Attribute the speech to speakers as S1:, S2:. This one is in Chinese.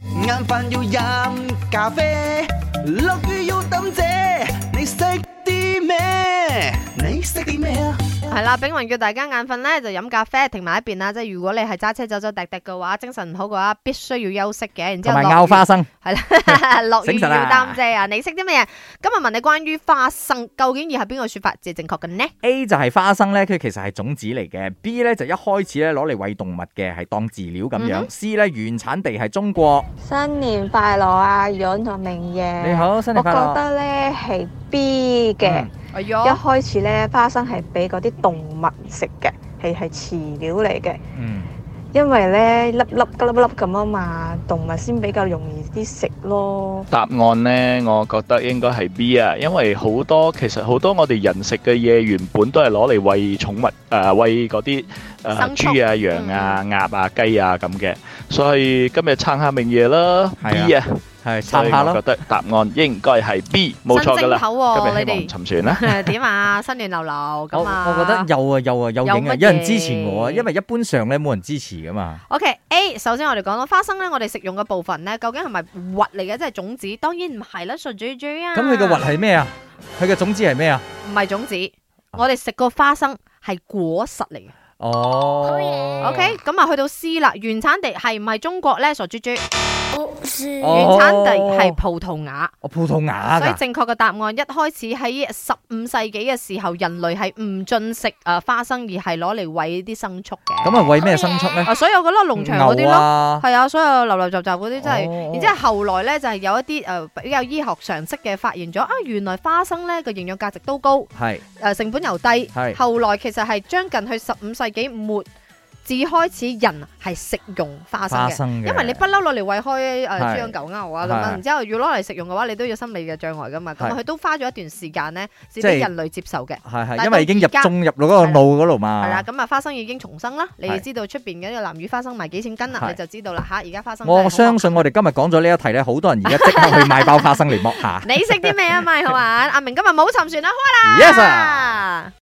S1: 晏飯要飲咖啡，落雨要抌遮，你識啲咩？你識啲咩啊？
S2: 系啦，炳云叫大家眼瞓咧就飲咖啡，停埋一邊啦。即係如果你係揸車走走滴滴嘅話，精神唔好嘅話，必須要休息嘅。然之
S3: 同
S2: 後
S3: 埋
S2: 落
S3: 拗花
S2: 雨
S3: 生，
S2: 係啦， 落雨
S3: 醒
S2: 要
S3: 神啦
S2: 擔遮啊！你識啲咩嘢？今日問你關於花生，究竟以下邊個说法至正確嘅呢？
S3: A 就係花生咧，佢其實係種子嚟嘅。B 咧就一開始咧攞嚟喂動物嘅，係當飼料咁樣。C 咧原產地係中國。
S4: 新年快樂啊，楊同明爺。
S3: 你好，新年快
S4: 我覺
S3: 樂！嗯
S4: 得咧係 B 嘅，
S2: 哎
S4: 一
S2: 哟，
S4: 開始咧花生係俾嗰啲動物食嘅，係係飼料嚟嘅，
S3: 嗯，
S4: 因為咧粒粒粒粒咁啊嘛，動物先比較容易啲食咯。
S5: 答案呢，我覺得應該係 B 啊，因為好多其實好多我哋人食嘅嘢原本都係攞嚟喂寵物，誒、喂嗰啲
S2: 牲
S5: 誒
S2: 畜
S5: 豬啊、羊啊、鴨啊、雞啊咁嘅，所以今日撐下明夜啦
S3: 係啊
S5: ，B 啊，
S3: 係
S5: 所
S3: 撐
S5: 以
S3: 下
S5: 我
S3: 咯
S5: 覺。得答案應該係 B，冇錯噶
S2: 新正
S5: 啦。
S2: 口
S5: 今
S2: 喎，
S5: 日希
S2: 你
S5: 望沉船啦。
S2: 哋點啊？新年流流
S3: 我
S2: 咁啊！
S3: 我覺得有啊有啊有影
S2: 有乜
S3: 啊，
S2: 啊
S3: 有人支持我啊，
S2: 嘢
S3: 因為一般上咧冇人支持噶嘛。
S2: OK，A 首先我哋講到花生咧，我哋食用嘅部分咧，究竟係咪核嚟嘅，即係種子？當然唔係啦，純粹嘴啊。
S3: 咁佢嘅核係咩啊？佢嘅種子係咩啊？
S2: 唔係種子，我哋食個花生係果實嚟嘅。
S3: 哦
S2: OK，咁啊去到 C 啦，原產地係唔係中國咧？傻豬豬，
S3: 哦
S2: 原產地係葡萄牙，
S3: 我葡萄牙
S2: 所以
S3: 噶，
S2: 正確嘅答案一開始喺十五世紀嘅時候，人類係唔進食诶花生，而係攞嚟喂啲牲畜嘅。
S3: 咁啊喂咩牲畜咧？
S2: 啊，所有嗰粒農場嗰啲
S3: 牛
S2: 咯。
S3: 啊，
S2: 係啊，所有流流雜雜嗰啲真係，
S3: 哦
S2: 然之後後來咧就係有一啲誒、呃比較醫學常識嘅發現咗啊，原來花生咧個營養價值都高，誒、
S3: 係
S2: 成本又低。
S3: 係
S2: 後來其實係將近去十五世紀末至開始人係食用花生
S3: 花
S2: 嘅。
S3: 生嘅，
S2: 因為你不嬲攞嚟喂開誒豬
S3: 係
S2: 羊狗牛啊咁
S3: 係
S2: 樣，然之後要攞嚟食用嘅話，你都要心理嘅障礙噶嘛。咁
S3: 係
S2: 佢都花咗一段時間咧，至
S3: 即
S2: 俾
S3: 係
S2: 人類接受嘅。
S3: 係
S2: 但
S3: 係，
S2: 係
S3: 因為已經
S2: 到
S3: 入
S2: 而家
S3: 中入到嗰個腦嗰度嘛。
S2: 係啦，咁啊花生已經重生啦。你
S3: 係
S2: 知道出邊嘅呢個南乳花生賣幾錢斤啦，
S3: 係
S2: 你就知道啦嚇。而家花生真係好啊
S3: 我
S2: 學。
S3: 相信我哋今日講咗呢一題咧，好多人而家即刻去買包花生嚟剝下
S2: 你識啲咩啊？咪好玩，阿明今日冇沉船啦，開啦。
S3: Yes 啊！